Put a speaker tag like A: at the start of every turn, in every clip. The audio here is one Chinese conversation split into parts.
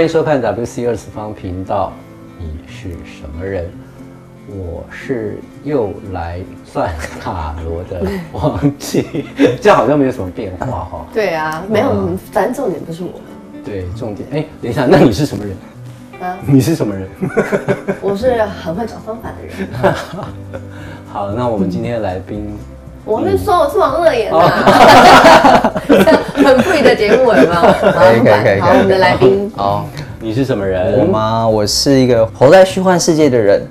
A: 迎收看 WC 二次方频道。你是什么人？我是又来算塔罗的王琦， 这样好像没有什么变化哈、
B: 对啊，没有，
A: 嗯
B: 反正重点不是我们
A: 对，重点哎，等一下，那你是什么人？
B: 啊，
A: 你是什么人？
B: 我是很会找方法的人。
C: 嗯
A: 好，那我们今天的来宾，
B: 我是说我是王乐妍啊，这样很不的结尾 吗？
C: 哦可以可以可以可以
B: 啊好，我们的来宾
C: 好，
A: 你是什么
C: 哦我
A: 人？
C: 吗？我是一个活在虚幻世界的人。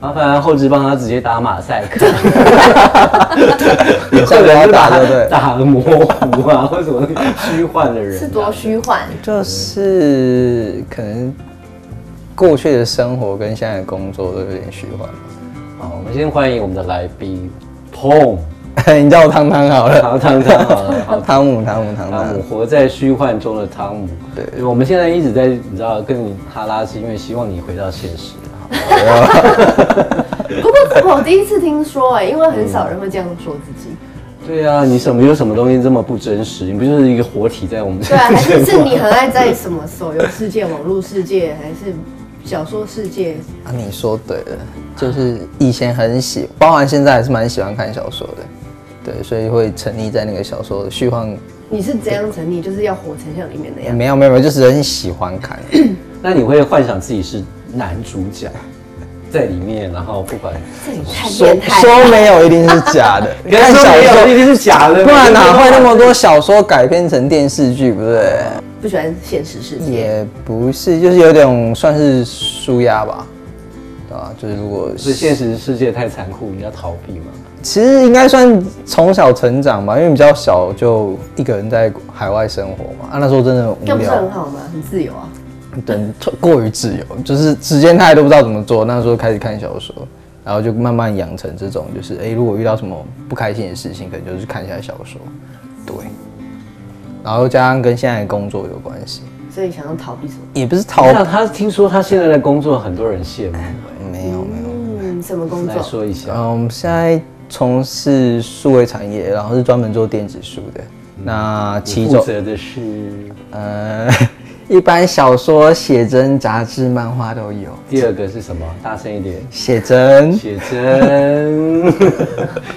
A: 麻烦后置帮他直接打马赛 克，
C: 这样不要 打对不对
A: 打得模糊啊， 或什么虚幻的人、啊
B: 是 多虚幻，
C: 就是可能过去的生活跟现在的工作都有点虚幻。
A: 好，我们先欢迎我们的来宾 Tom
C: 你叫我汤汤好了，
A: 汤汤汤好了，好
C: 汤姆汤姆汤
A: 汤姆
C: 汤。
A: 啊活在虚幻中的汤姆。
C: 对
A: 我们现在一直在你知道跟你哈拉，是因为希望你回到现实。
B: 不过这个我第一次听说哎、因为很少人会这样说自己。
C: 嗯
A: 对啊，你什么有什么东西这么不真实？你不就是一个活体在我们
B: 对啊，还是
A: 面
B: 是
A: 前
B: 你很爱在什么手游世界、网络世界，还是小说世界？
C: 啊，你说对了，就是以前很喜，包含现在还是蛮喜欢看小说的。对，所以会沉溺在那个小说的虚幻，
B: 你是怎样成立？就是要活成像里面那样。
C: 没有没有没有，就是很喜 欢看。
A: 那你会幻想自己是男主角在里面，然后不管
C: 嗯
B: 这也太变
C: 说
B: 态了！
C: 说没有一定是 假的，看小
A: 没有
C: 说
A: 一定是假的，
C: 不然哪会那么多小说改编成电视剧，不对？
B: 不喜欢现实世界，
C: 也不是，就是有点算是舒压吧，对吧？就是如果
A: 是现实世界太残酷，你要逃避嘛？
C: 其实应该算从小成长吧，因为比较小就一个人在海外生活嘛，啊那时候真的
B: 那
C: 无
B: 不是
C: 聊
B: 很，好吗？很自由
C: 嗯
B: 啊。
C: 等过于自由，就是时间太都不知道怎么做，那时候开始看小说。然后就慢慢养成这种，就是哎，如果遇到什么不开心的事情，可能就是看一下小说，对。然后加上跟现在的工作有关系，
B: 所以想要逃避什么？
C: 也不是逃
A: 那他听说他现在的工作很多人羡慕，
C: 没有没有。
B: 嗯，什么工
A: 来
B: 作？
A: 说一下。
C: 嗯，我们现在从事数位产业，然后是专门做电子书的。那
A: 嗯你
C: 其
A: 负
C: 中，
A: 责的是
C: 呃， 一般小说、写真、杂志、漫画都有。
A: 第二个是什么？大声一点。
C: 写真，
A: 写真，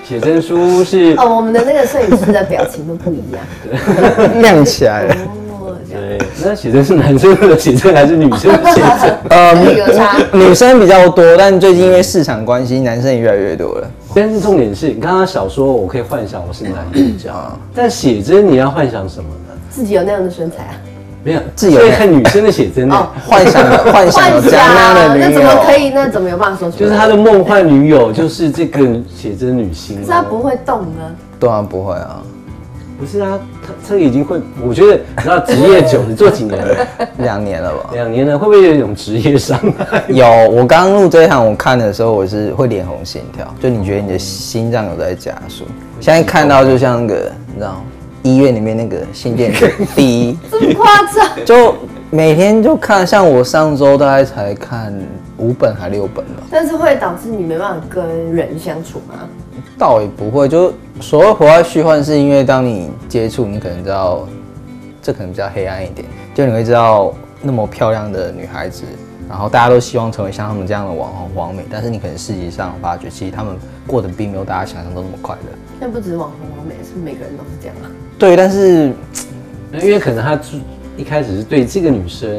A: 写真书是，
B: 哦，我们的那个摄影师的表情都不一样。
C: 亮起来了。
B: 哦，这 样
A: 对，那写真是男生的写真还是女生的写真？
B: 这个有差。
C: 女生比较多，但最近因为市场关系，男生也越来越多了。
A: 但是重点是你刚刚小说，我可以幻想我是男主
B: 啊
A: 角，但写真你要幻想什么呢？
B: 自己有那样的身材啊？
A: 没有，
C: 自由
A: 所以看女生的写真呢
B: 哦，
C: 幻想， 幻想
B: 幻
C: 有这
B: 想
C: 样那
B: 啊
C: 样的
B: 那
C: 女
B: 怎么可
C: 友，
B: 以？那怎么有办法说出来？
A: 就是他的梦幻女友，就是这个写真女
B: 可
A: 星
B: 是啊
A: 哦。
B: 他不会动呢。
C: 对啊，不会啊，
A: 不是啊，他这个已经会，我觉得你知道职业久了，做几年了，
C: 两年了吧？
A: 两年了，会不会有一种职业伤害？
C: 有，我刚入这一行，我看的时候我是会脸红心跳，就你觉得你的心脏有在加速。现在看到就像那个，你知道，医院里面那个心电图低，
B: 这么夸张？
C: 就每天就看，像我上周大概才看五本还六本吧，
B: 但是会导致你没办法跟人相处吗？
C: 倒也不会。就所谓活在虚幻，是因为当你接触，你可能知道，这可能比较黑暗一点，就你会知道那么漂亮的女孩子。然后大家都希望成为像她们这样的网红网美，但是你可能实际上发觉，其实她们过得并没有大家想象中那么快乐。
B: 那不止网红网美，是每个人都是这样 啊。
C: 对，但是
A: 那因为可能他就一开始是对这个女生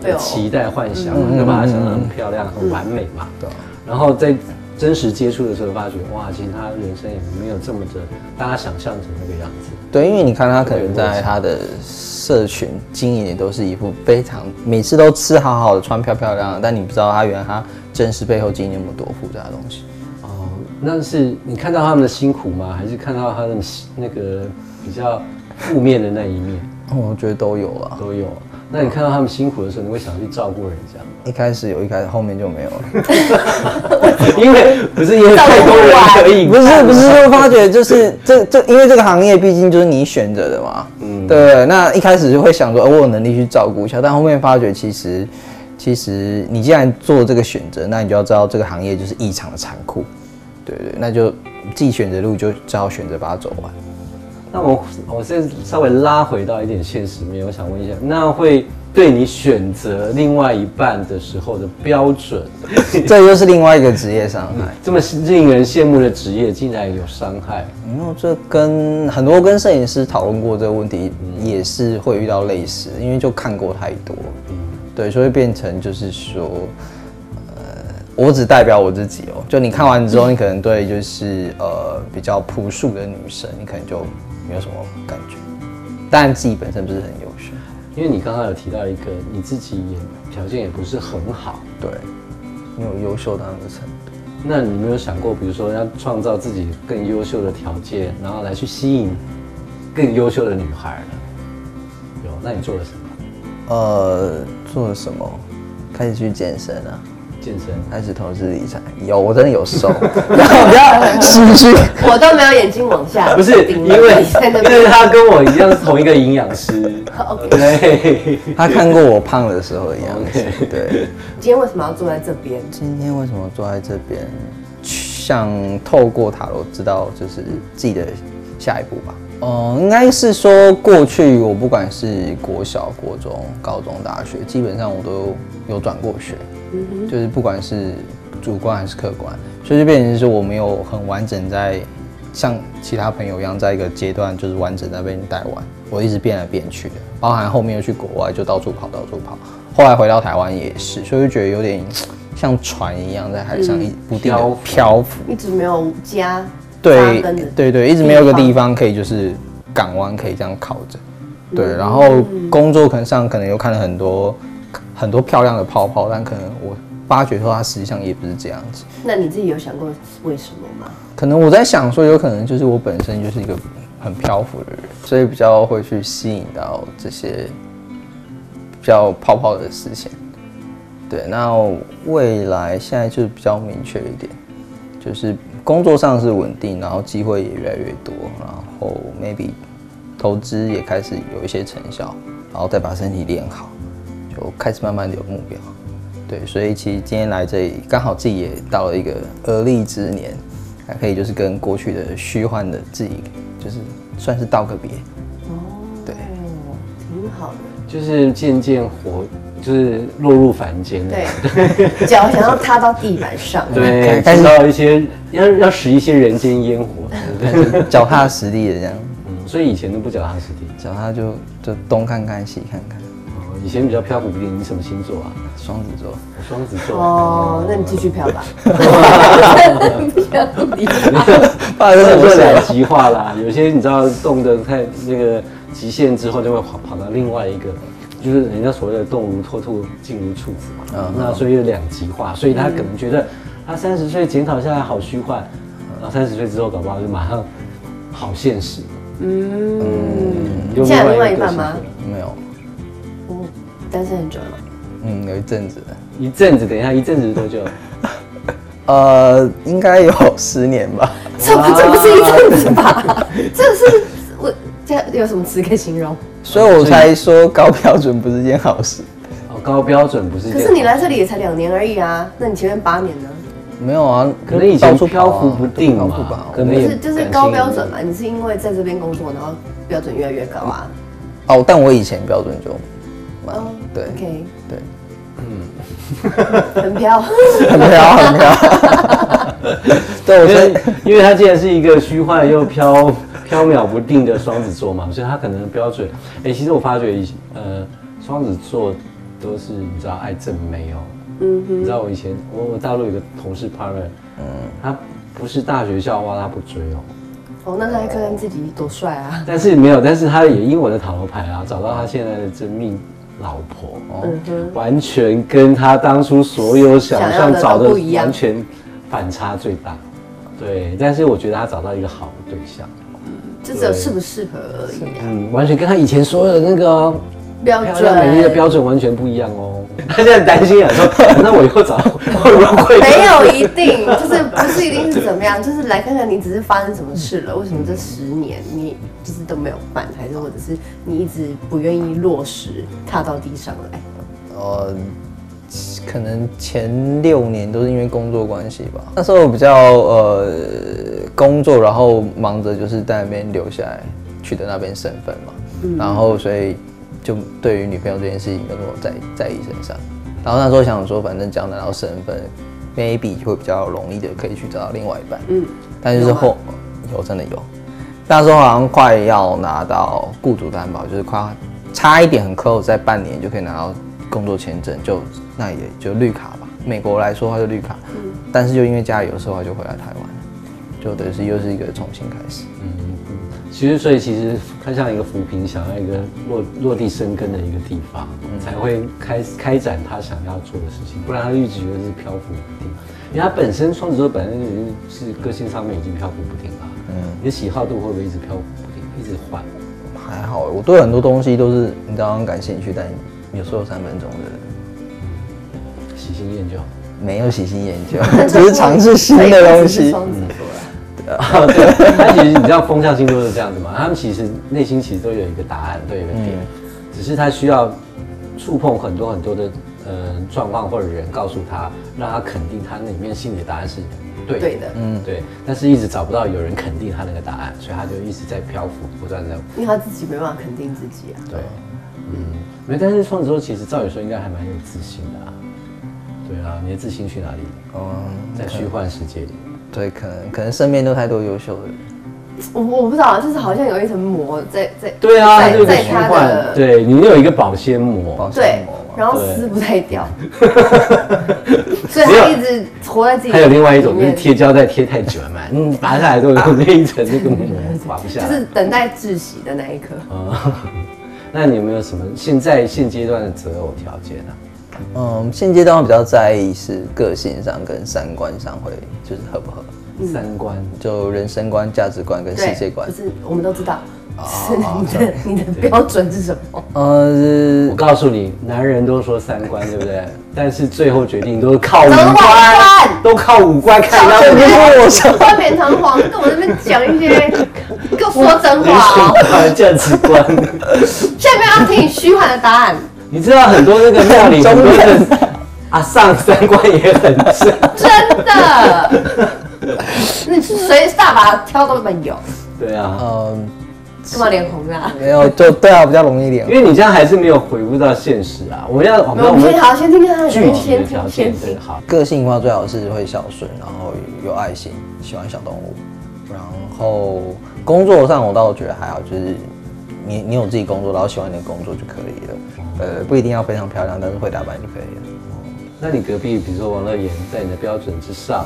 B: 对
A: 的
B: 哦嗯
A: 期待幻想嘛，就把她想得很漂亮、很完美嘛。
C: 对啊
A: 然后在真实接触的时候，发觉哇，其实她人生也没有这么的大家想象成那个样子。
C: 对，因为你看她可能在她的社群经营也都是一副非常每次都吃好好的、穿漂漂亮亮，但你不知道她原来她真实背后经历那么多复杂的东西。
A: 哦，那是你看到他们的辛苦吗？还是看到他们那个比较负面的那一面
C: 哦我觉得都有啊了，
A: 都有？那你看到他们辛苦的时候，你会想去照顾人家吗？
C: 一开始有，一开始后面就没有了。
A: 因为不是因为太多人可以
C: 不是不是，就发觉就是这这，因为这个行业毕竟就是你选择的嘛，嗯，对不对。那一开始就会想说，哦，我有能力去照顾一下，但后面发觉其实其实你既然做这个选择，那你就要知道这个行业就是 异常的残酷，对对，那就自己选择路就只好选择把它走完。
A: 那我我是稍微拉回到一点现实面，我想问一下，那会对你选择另外一半的时候的标准，哎
C: 这就是另外一个职业伤害。
A: 这么令人羡慕的职业竟然有伤害，
C: 因为这跟很多跟摄影师讨论过这个问题，也是会遇到类似，因为就看过太多，对，所以变成就是说，呃，我只代表我自己哦。就你看完之后，你可能对就是呃比较朴素的女生，你可能就没有什么感觉，但自己本身不是很优秀，
A: 因为你刚刚有提到一个你自己也条件也不是很好，
C: 对，没有优秀到那个程度。
A: 那你有没有想过，比如说要创造自己更优秀的条件，然后来去吸引更优秀的女孩呢？有，那你做了什么？
C: 呃，做了什么？开始去健身啊。
A: 健身。
C: 开始投资理财，有我真的有瘦，不要不要心虚。
B: 我都没有眼睛往下，
A: 不是
B: 顶
A: 因
B: 着
A: 为
B: 你在那
A: 因为
B: 边。
A: 他跟我一样是同一个营养师，
B: OK，
A: 对，
C: 他看过我胖的时候的样子。对，
B: 今天为什么要坐在这边？
C: 今天为什么坐在这边？想透过塔罗知道就是自己的下一步吧。哦、应该是说过去我不管是国小、国中、高中、大学，基本上我都有转过学，就是不管是主观还是客观，所以就变成是我没有很完整在像其他朋友一样，在一个阶段就是完整在被你带完，我一直变来变去的，包含后面又去国外就到处跑到处跑，后来回到台湾也是，所以就觉得有点像船一样在海
B: 嗯
C: 上一不定
A: 漂
C: 的
A: 浮
C: 漂浮，
B: 一直没有家
C: 对
B: 扎根的
C: 对对，一直没有一个地方可以就是港湾可以这样靠着，
B: 嗯
C: 对，然后工作可能上可能又看了很多很多漂亮的泡泡，但可能我发觉说它实际上也不是这样子。
B: 那你自己有想过为什么吗？
C: 可能我在想说，有可能就是我本身就是一个很漂浮的人，所以比较会去吸引到这些比较泡泡的事情。对，那未来现在就是比较明确一点，就是工作上是稳定，然后机会也越来越多，然后 maybe 投资也开始有一些成效，然后再把身体练好，就开始慢慢的有目标。对，所以其实今天来这里，刚好自己也到了一个而立之年，还可以就是跟过去的虚幻的自己，就是算是道个 别。
B: 哦，
C: 对
B: 哦，挺好的。
A: 就是渐渐活，就是落入凡间了。
B: 对， 脚想要踏到地板上。
A: 嗯对，
C: 开始
A: 知道一些要要使一些人间 烟火，对不对？
C: 就是脚踏实地的这样，
A: 嗯，所以以前都不脚踏实地，
C: 脚踏就就东看看西看看，
A: 哦以前比较漂浮一点。你什么星座啊？
C: 双子座。
A: 我双子座。
B: 哦，那你继续飘吧。啊
C: 爸这是
A: 这
C: 我
A: 两
C: 想，
A: 极化啦，有些你知道动得太那个极限之后，就会跑跑到另外一个，就是人家所谓的动如脱兔，静如处子嘛。
C: 嗯
A: 那所以有两极化，所以他可能觉
B: 嗯
A: 得他三十岁检讨下来好虚幻，然后三十岁之后搞不好就马上好现实。
B: 嗯，
A: 嗯，
B: 现在有另外一
A: 个
B: 半
A: 性格
B: 吗？
C: 没有，
B: 我单身很久了。
C: 嗯，有一阵子了，
A: 一阵子，等一下，一阵子多久？
C: 呃，应该有 十年吧。
B: 这不这不是一阵子吧？ 这是我这有什么词可以形容？
C: 所以我才说高标准不是件好事。
A: 哦，高标准不是这
B: 可
A: 样。
B: 是你来这里也才两年而已啊，那你前面八年呢？
C: 没有啊，
A: 可能以前
C: 到处跑啊
A: 漂浮不定嘛
C: 到处跑
A: 可能
B: 不
A: 也
B: 是，啊就是高标准嘛。你是因为在这边工作，然后标准越来越高啊。
C: 哦，但我以前标准就蛮
B: 哦，
C: 对
B: ，OK，
C: 对，
B: 很飘。
C: 很飘很飘。对，我
A: 因为
C: 是
A: 因为他既然是一个虚幻又飘飘渺不定的双子座嘛，所以他可能标准，哎、其实我发觉以前呃，双子座都是你知道爱正妹哦，
B: 嗯哼，
A: 你知道我以前我我大陆有个同事 partner，嗯，他不是大学校花，他不追哦，
B: 哦，那他还看看自己多帅啊。
A: 但是没有，但是他也因为我的塔罗牌啊，找到他现在的真命老婆哦，
B: 嗯哼，
A: 完全跟他当初所有想象找
B: 想要的都
A: 的
B: 不一样
A: 完全反差最大。对，但是我觉得他找到一个好的对象，
B: 就只有适不适合而已啊。
A: 嗯，完全跟他以前所有的那个哦
B: 标
A: 漂亮美丽的
B: 准
A: 标准完全不一样哦。 他现在担心啊，说那我以后找 会不会
B: 没有一定， 就是不是一定是怎么样，就是来看看你只是发生什么事了，为什么这十年你就是都没有办，还是或者是你一直不愿意落实踏到地上哎来？
C: 呃，可能前六年都是因为工作关系吧。那时候比较呃工作，然后忙着就是在那边留下来取得那边身份嘛，然后所以就对于女朋友这件事情都没有在在意身上。然后那时候想说，反正只要拿到身份，maybe 就会比较容易的可以去找到另外一半。嗯，但就是后有真的有，那时候好像快要拿到雇主担保，就是快要差一点很 close，在半年就可以拿到工作签证，就那也就绿卡吧。美国来说它就绿卡，但是就因为家里有事的话，就回来台湾了，就等于是又是一个重新开始。
A: 其实，所以其实看像一个浮萍，想要一个落落地生根的一个地方，才会开开展他想要做的事情，不然他一直觉得是漂浮不定。因为他本身双子座本身就是个性上面已经漂浮不定了，嗯，你的喜好度会不会一直漂浮不定，一直换？
C: 还好，我对很多东西都是你知道很感兴趣，但有时候有三分钟的
A: 喜新厌旧。
C: 没有喜新厌旧，只是尝试新的东西。
B: 双子座啦
A: 哦对， 他其实你知道风象星座是这样子嘛？他们其实内心其实都有一个答案，都有一个点，只是他需要触碰很多很多的呃状况或者人，告诉他，让他肯定他里面心里的答案是对的。
B: 对的
A: 嗯，对。但是一直找不到有人肯定他那个答案，所以他就一直在漂浮，不断在
B: 因为他自己没办法肯定自己啊。
A: 对，嗯，没。但是双子座其实照理说应该还蛮有自信的啊。对啊，你的自信去哪里？
C: 嗯，
A: 在虚幻世界里。
C: 对，可能可能身边都太多优秀的人。
B: 我我不知道，就是好像有一层膜在在
A: 对啊，
B: 在
A: 就个
B: 在
A: 虚
B: 他
A: 幻。
B: 的
A: 对你有一个保鲜膜。
C: 保鲜
B: 对
C: 膜嘛，
B: 然后
A: 对
B: 撕不太掉， 所以他一直活在自己。
A: 还有另外一种就是贴胶带贴太久了嘛，嗯，拔下来都有那一层那个膜拔不下
B: 就
A: 来。
B: 是等待窒息的那一刻。
A: 啊， 那你有没有什么现在现阶段的择偶条件啊呢、
C: 嗯，现阶段我比较在意是个性上跟三观上会就是合不合，
B: 嗯
A: 三观
C: 就人生观、价值观跟世
B: 对，
C: 界观
B: 不。是我们都知道，是你的你的标准是什 么？
C: 呃
A: 我，告诉你，男人都说三观，对不 对？但是最后决定都是靠五官
B: 长官，
A: 都靠五官看
B: 长
A: 人
B: 官
A: 家。
C: 我说
B: 冠冕堂皇跟我这边讲一些，跟我说真话哦。
A: 呃，价值观，
B: 下面要听你虚幻的答案，
A: 你知道很多那个庙里很多的 啊，上三观也很正，
B: 真的。你随大把挑都没有，
A: 对啊，
C: 嗯，
B: 干嘛脸红啊？
C: 没有，就对啊，比较容易脸
A: 因。为你这样还是没有回顾到现实啊。我们要，我
B: 哦没有，我
A: 我
B: 们
A: 们
B: 先好，先听看看，
A: 具体的
B: 先先
A: 哦条
B: 听
A: 件
B: 先
A: 对
B: 听。
A: 好。
C: 个性的话，最好是会孝顺，然后有爱心，喜欢小动物。然后工作上，我倒觉得还好，就是你你有自己工作，然后喜欢你的工作就可以了。呃，不一定要非常漂亮，但是会打扮就可以了。
A: 那你隔壁，比如说王乐妍，在你的标准之上，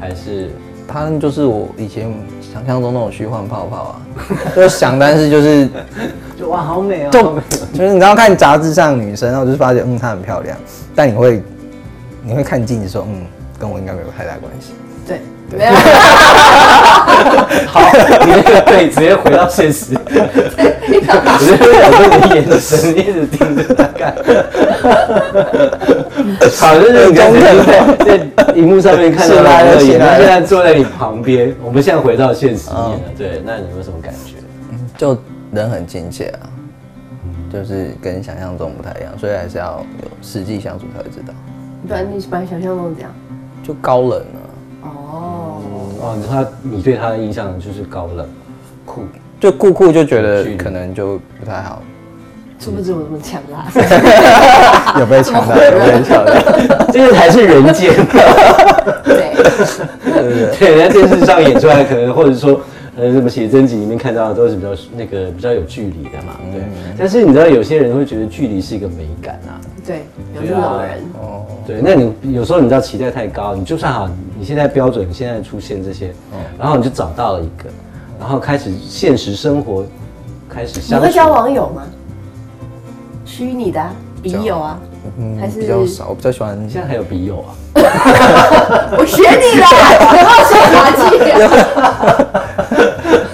A: 还是
C: 他们就是我以前想象中那种虚幻泡泡啊， 就想，但是就是
A: 就哇好美哦，
C: 就就是你知道看杂志上的女生，然后就发觉嗯她很漂亮，但你会你会看镜子说嗯跟我应该没有太大关系。
B: 对，没 有，
A: 好， 你那个对，直接回到现 实，我就想说你的眼神一直盯着他看，好，就是你刚才 在在荧幕上面看到
C: 是
A: 王
C: 来了
A: 乐妍，
C: 是来
A: 她
C: 了
A: 现在坐在你旁边，我们现在回到现实面了，对，那你有没有什么感觉？
C: 就人很亲切啊，就是跟想象中不太一样，所以还是要有实际相处才会知道。
B: 不然啊你把想象中这样。
C: 就高冷啊，
B: 哦，
A: 哦，你说他，你对他的印象就是高冷、酷，
C: 就酷酷就觉
A: 距
C: 得
A: 离
C: 可能就不太好，
B: 殊不知我这么强啦。
C: 有被抢到，有被抢到，
A: 这个才是人间。
B: 对，
A: 对，人家电视上演出来，可能或者说，呃，什么写真集里面看到的都是比较那个比较有距离的嘛，对。
C: 嗯
A: 但是你知道，有些人会觉得距离是一个美感啊，
B: 对，有这种人，
C: 哦
A: 对。那你有时候你知道期待太高，你就算好，你现在标准你现在出现这些，
C: 哦
A: 然后你就找到了一个，然后开始现实生活，开始
B: 你
A: 相
B: 会交
A: 处。
B: 网友吗？虚拟的、啊、笔友啊，
C: 嗯
B: 还是
C: 比较少，我比较喜欢
A: 现在还有笔友啊？
B: 我学你的，不要说滑稽。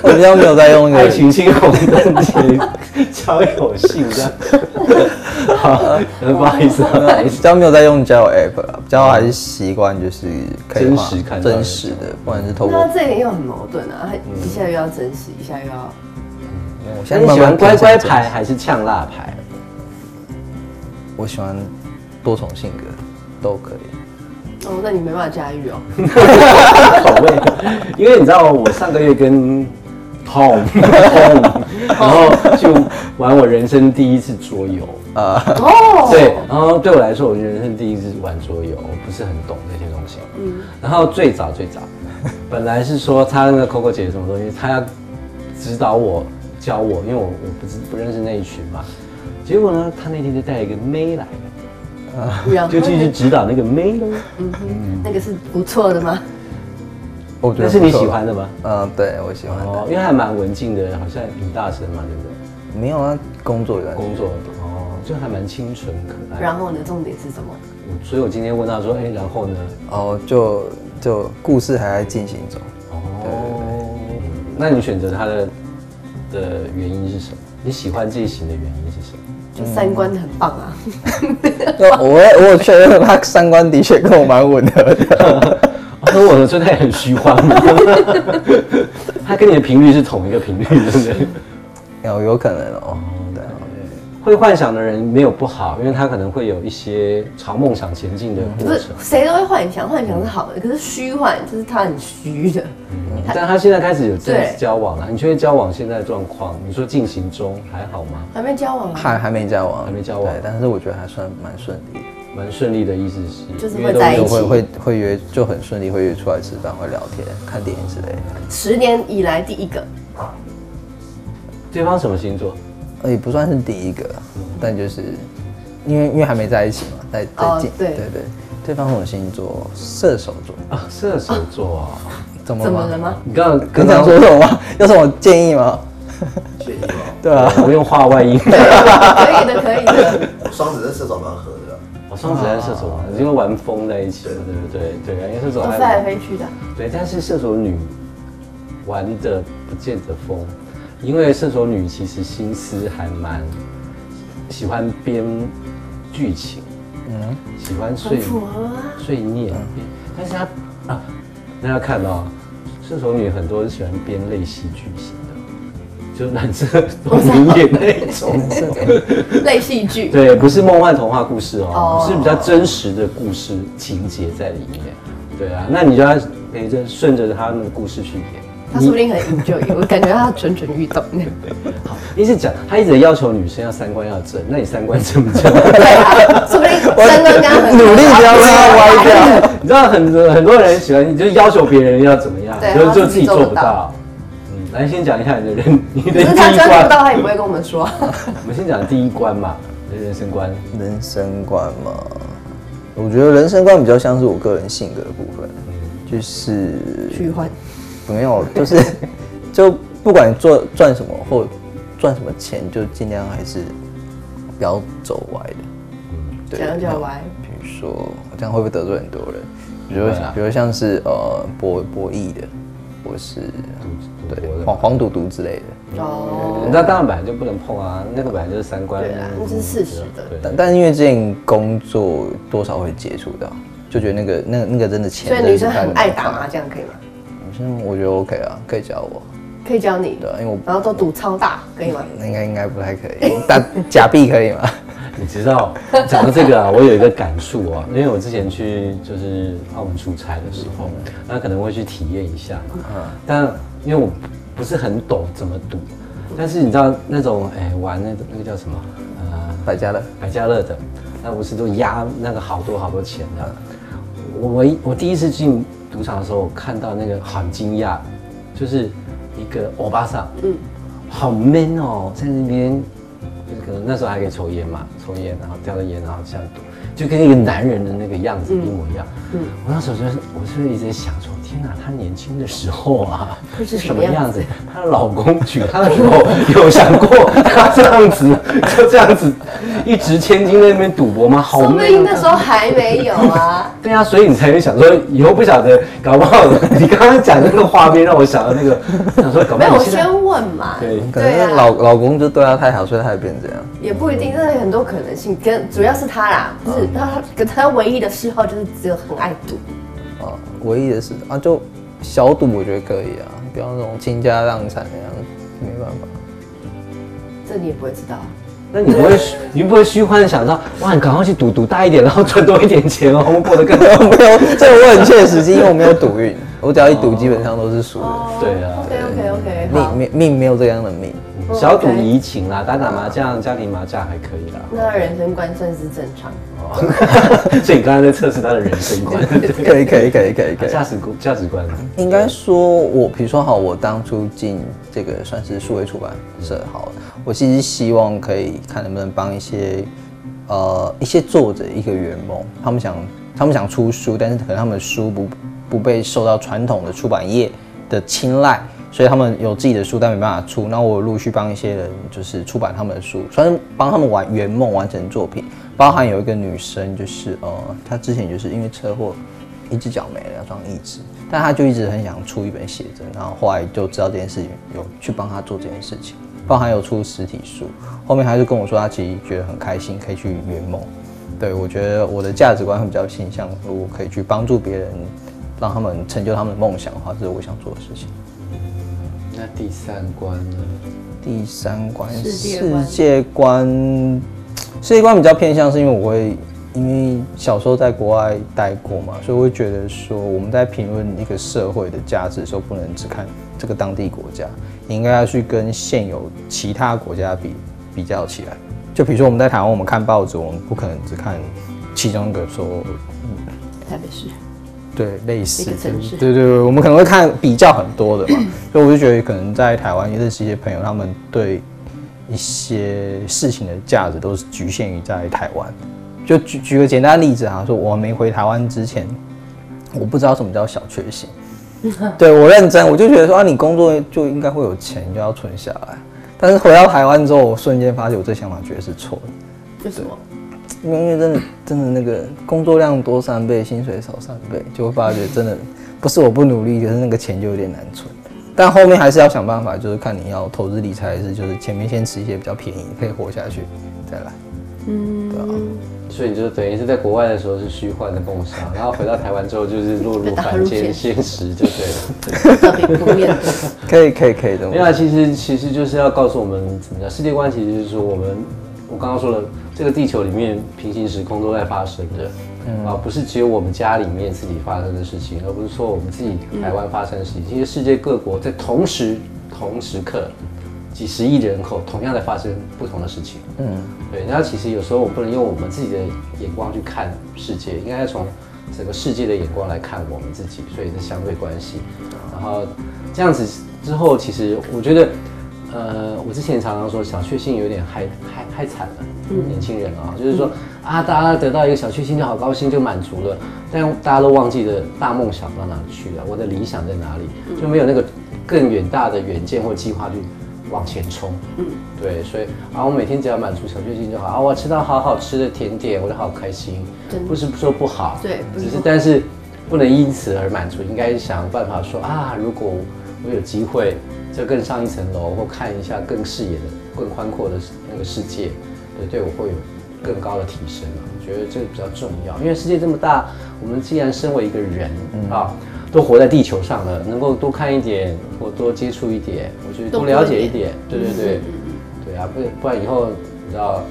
C: 我比较没有在用那
A: 爱
C: 个
A: 情星红灯节 交友信的， 好，
C: 哦
A: 呃不好意思，不好意
C: 比
A: 思，
C: 较没有在用交友 app 啦，比较还是习惯就是可以
A: 真
C: 画
A: 实看到的
C: 真实的，不管是透过
B: 那这点又很矛盾啊，一下又要珍惜，一下又要
C: 我现
A: 那你
C: 在慢
A: 喜
C: 慢
A: 欢乖
C: 偏向
A: 乖
C: 真实
A: 牌还是呛辣牌？
C: 我喜欢多重性格都可以，
B: 哦，那你没办法驾驭哦。
A: 口味，因为你知道我上个月跟痛痛，然后就玩我人生第一次桌游。
B: 哦，
A: 对，然后对我来说，我人生第一次玩桌游，我不是很懂这些东西。嗯，然后最早最早，本来是说他那个 Coco 姐什么东西，她要指导我教我，因为我我不知不认识那一群嘛。结果呢，他那天就带了一个妹来了，
B: 然后嗯
A: 就继续指导那个妹喽。
B: 那个是不错的吗？
C: 我觉得
A: 那是你
C: 不错
A: 喜欢的吗？
C: 嗯，对我喜欢
A: 哦，
C: 的。
A: 因为还蛮文静的，好像女大神嘛，对不对？
C: 没有啊，工作的
A: 工作哦，就还蛮清纯可爱的。
B: 然后呢，重点是什么？
A: 我所以我今天问他说，哎，然后呢？
C: 哦，就就故事还在进行中。
A: 哦，那你选择他的的原因是什么？你喜欢这一型的原因是什么？
B: 就三观很棒啊，
C: 对，我也我有确认他三观的确跟我蛮吻合的。
A: 他说哦我的状态很虚幻 吗？他跟你的频率是同一个频率，对不对？
C: 有有可能哦，对啊，
A: 会幻想的人没有不好，因为他可能会有一些朝梦想前进的
B: 不
A: 过
B: 是
A: 程。
B: 谁都会幻想，幻想是好的，可是虚幻就是他很虚的，
A: 但他现在开始有正式
B: 对
A: 交往了，你觉得交往现在的状况，你说进行中还好吗？
B: 还没交往啊，
C: 还还没交往，
A: 还没交往
C: 对，但是我觉得还算蛮顺利的，
A: 蛮顺利的意思是，
B: 就是
A: 因为都
B: 会在
A: 没有
B: 一起
C: 会会会约就很顺利，会约出来吃饭，会聊天、看电影之类的。
B: 十年以来第一个，
A: 对方什么星座？
C: 呃，也不算是第一个，但就是因为因为还没在一起嘛，在在
B: 哦
C: 进、
B: 对哦
C: 对对，对方是我星座射手座，
A: 啊，射手座啊！
C: 怎么
B: 怎么
C: 了
B: 了
C: 吗？
B: 吗？
A: 你刚刚
C: 跟他说什么吗？ 有什么建议吗？对啊，
A: 我用话外 音。
B: 可以的，可以的，
D: 双子跟射手蛮合的啊，
A: 哦，双子跟射手嘛，因为玩疯在一起嘛，对不对？对啊，因为射手
B: 都
A: 还
B: 飞来飞去的，
A: 对，但是射手女玩的不见得疯，因为射手女其实心思还蛮喜欢编剧情，
C: 嗯，
A: 喜欢碎
B: 很符合啊。
A: 碎念，但是她啊，那要看哦，射手女很多是喜欢编类戏剧型的，就蓝色同名演那种。
B: 类戏剧，
A: 对，不是梦幻童话故事哦
B: 哦
A: 是比较真实的故事情节在里面。对啊，那你就要陪着顺着他们的故事去演。
B: 他说不定很 enjoy，我感觉他蠢蠢欲动。
A: 一直讲，他一直要求女生要三观要正，那你三观正不正？
B: 对啊，说不定三观刚很
C: 努力不要让他歪掉。
A: 你知道很多很多人喜欢，你就要求别人要怎么样，
B: 对
A: 就
B: 他
A: 就
B: 自
A: 自
B: 己
A: 己
B: 做
A: 做
B: 不
A: 不
B: 到
A: 到。嗯，来先讲一下你的人，你的
B: 可
A: 第
B: 是他
A: 一
B: 专注
A: 关。
B: 不到，他也不会跟我们说。
A: 我们先讲第一关嘛，你的人生观。
C: 人生观嘛，我觉得人生观比较像是我个人性格的部分，就是
B: 虚幻，
C: 没有，就是 就不管做赚什么或赚什么钱，就尽量还是不要走歪的。对
B: 怎样叫歪？
C: 比如说，我这样会不会得罪很多人？比如
A: 不会啊
C: 像，比如像是呃博博弈的，或是
A: 赌博
C: 对
A: 的
C: 黄黄赌毒之类的。
B: 哦，
A: 那当然本来就不能碰啊，那个本来就是三观。
B: 对啊那是事实的
A: 对
C: 但但因为之前工作多少会接触到，就觉得那个那那个真的钱
B: 所以
C: 真
B: 女
C: 的是
B: 生
C: 看
B: 很
C: 得
B: 爱
C: 到
B: 打麻将，可以吗？
C: 女生我觉得 OK 啊，可以教我。
B: 可以教你
C: 对，啊，因为
B: 然后
C: 我
B: 都赌超大，可以吗？
C: 那应该应该不太可以。打假币可以吗？
A: 你知道讲到这个啊，我有一个感触啊，因为我之前去就是澳门出差的时候，那可能会去体验一下嘛。但因为我不是很懂怎么赌，但是你知道那种哎、玩那那个叫什么呃
C: 百家乐，
A: 百家乐的，那不是都压那个好多好多钱的。我我我第一次进赌场的时候，我看到那个很惊讶，就是一个欧巴桑，嗯，好 man 哦，在那边就是可能那时候还可以抽烟嘛，抽烟然后叼着烟然后这样赌，就跟一个男人的那个样子一模一样。嗯，我那时候就是我就是一直在想说，天哪，他年轻的时候啊
B: 会是
A: 什
B: 什
A: 么
B: 么样子
A: 样子？她老公娶她的时候，有想过她这样子，就这样子一掷千金在那边赌博吗？好
B: 说不
A: 累
B: 定
A: 哦
B: 那时候还没有啊。
A: 对啊，所以你才会想说，以后不晓得，搞不好你刚刚讲那个画面让我想到那 个，想说搞不
B: 没有，
A: 好
B: 我
A: 你现在
B: 先问嘛。
A: 对
C: 可能
B: 对啊
C: 是老老公就对她太好，所以她才变这样。
B: 也不一定，真的很多可能性。跟主要是他啦，不是他，跟他唯一的嗜好就是只有很爱赌。
C: 啊，唯一的是啊，就小赌我觉得可以啊，不要那种倾家荡产那样，没办 法。
B: 这你也不会知道啊，
A: 那你不会虚，你不会虚幻地想到，哇，你赶快去 赌，赌大一点，然后赚多一点钱哦，我们过得更好。
C: 没有，这个我很切实际，因为我没有赌运。我只要一
B: 哦
C: 赌，基本上都是输的。
A: 对啊
B: OK OK OK，
C: 命
B: 好，
C: 命命没有这样 的命，
A: 小赌怡情啦，打打麻将、家庭麻将还可以啦。
B: 那人生观算是正常。
A: 所以你刚刚在测试他的人生 观、
C: 可以可以可以可以可以。
A: 价值观、价值观啊。
C: 应该说我，比如说好，我当初进这个算是数位出版社好了，我其实希望可以看能不能帮一些呃一些作者一个圆梦，他们想他们想出书，但是可能他们的书不不被受到传统的出版业的青睐，所以他们有自己的书，但没办法出。那我陆续帮一些人就是出版他们的书，算是帮他们完圆梦完成作品，包含有一个女生就是呃，她之前就是因为车祸。一只脚没了，要装义肢，但他就一直很想出一本写真，然后后来就知道这件事情，有去帮他做这件事情，包含有出实体书，后面他就跟我说，他其实觉得很开心，可以去圆梦。对我觉得我的价值观会比较倾向，如果可以去帮助别人，让他们成就他们的梦想的话，这是我想做的事情。
A: 那第三关呢？
C: 第三关
B: 世界
C: 世
B: 观
C: 界观，世界观比较偏向是因为我会，因为小时候在国外待过嘛，所以我会觉得说我们在评论一个社会的价值的时候，不能只看这个当地国家，你应该要去跟现有其他国家比比较起来。就比如说我们在台湾，我们看报纸，我们不可能只看其中一个说
B: 台北市，
C: 对，类似
B: 一个城市
C: 对对对，我们可能会看比较很多的嘛， 所以我就觉得可能在台湾也认识一些朋友，他们对一些事情的价值都是局限于在台湾。就举举个简单的例子啊，说我没回台湾之前，我不知道什么叫小确 幸。对我认真，我就觉得说啊，你工作就应该会有钱，你就要存下来。但是回到台湾之后，我瞬间发现我这想法绝对是错的。
B: 为什么？
C: 因为真的真的那个工作量多三倍，薪水少三倍，就会发觉真的不是我不努力，可是那个钱就有点难存。但后面还是要想办法，就是看你要投资理财还是就是前面先吃一些比较便宜可以活下去，再来。
A: 所以你就等于是在国外的时候是虚幻的梦想，然后回到台湾之后就是 落入凡间现实，就 对了。
B: 到底不面对？
C: 可以可以可以的
A: 没。有啊，其实其实就是要告诉我们怎么样，世界观其实就是说我们，我刚刚说了，这个地球里面平行时空都在发生着。啊，不是只有我们家里面自己发生的事情，而不是说我们自己台湾发生的事情。其实世界各国在同时同时刻，几十亿人口同样在发生不同的事情。嗯，对。然后其实有时候我们不能用我们自己的眼光去看世界，应该从整个世界的眼光来看我们自己，所以是相对关系。然后这样子之后，其实我觉得，呃，我之前常常说小确幸有点害害害惨了，年轻人啊、就是说啊，大家得到一个小确幸就好高兴就满足了，但大家都忘记了大梦想到哪里去了，我的理想在哪里，就没有那个更远大的远见或计划去往前冲。嗯，对，所以啊，我每天只要满足小确幸就好啊，我吃到好好吃的甜点，我就好开心
B: 真。的
A: 不是说不好，
B: 对不是
A: 只是
B: 不好
A: 但是不能因此而满足，应该想办法说啊，如果我有机会，就更上一层楼，或看一下更视野的、更宽阔的那个世界，对，对我会有更高的提升啊。我觉得这个比较重要，因为世界这么大，我们既然身为一个人、啊，都活在地球上了，能够多看一点，或多接触一点，我觉得多
B: 多碰一
A: 了解一
B: 点
A: 点，对对对，对啊，不不然以后你知道。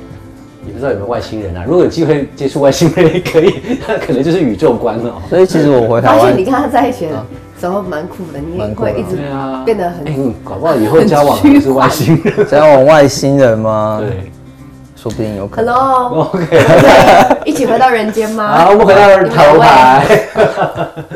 A: 也不知道有没有外星人啊？如果有机会接触外星人，也可以， 那可能就是宇宙观了、哦。
C: 所以其实我回 台
B: 而且
C: 湾嗯
B: 你，跟他在一起的时候蛮酷的，你也
C: 蛮酷的
B: 会一直
A: 对啊，
B: 变得很
A: 哎你搞不好以后交往的是外星人。
C: 只要往外星人吗？，
A: 对
C: 说不定有可能。
B: Hello，
A: ，OK。
B: 对，一起回到人间吗？
A: 好，我们回到塔罗牌。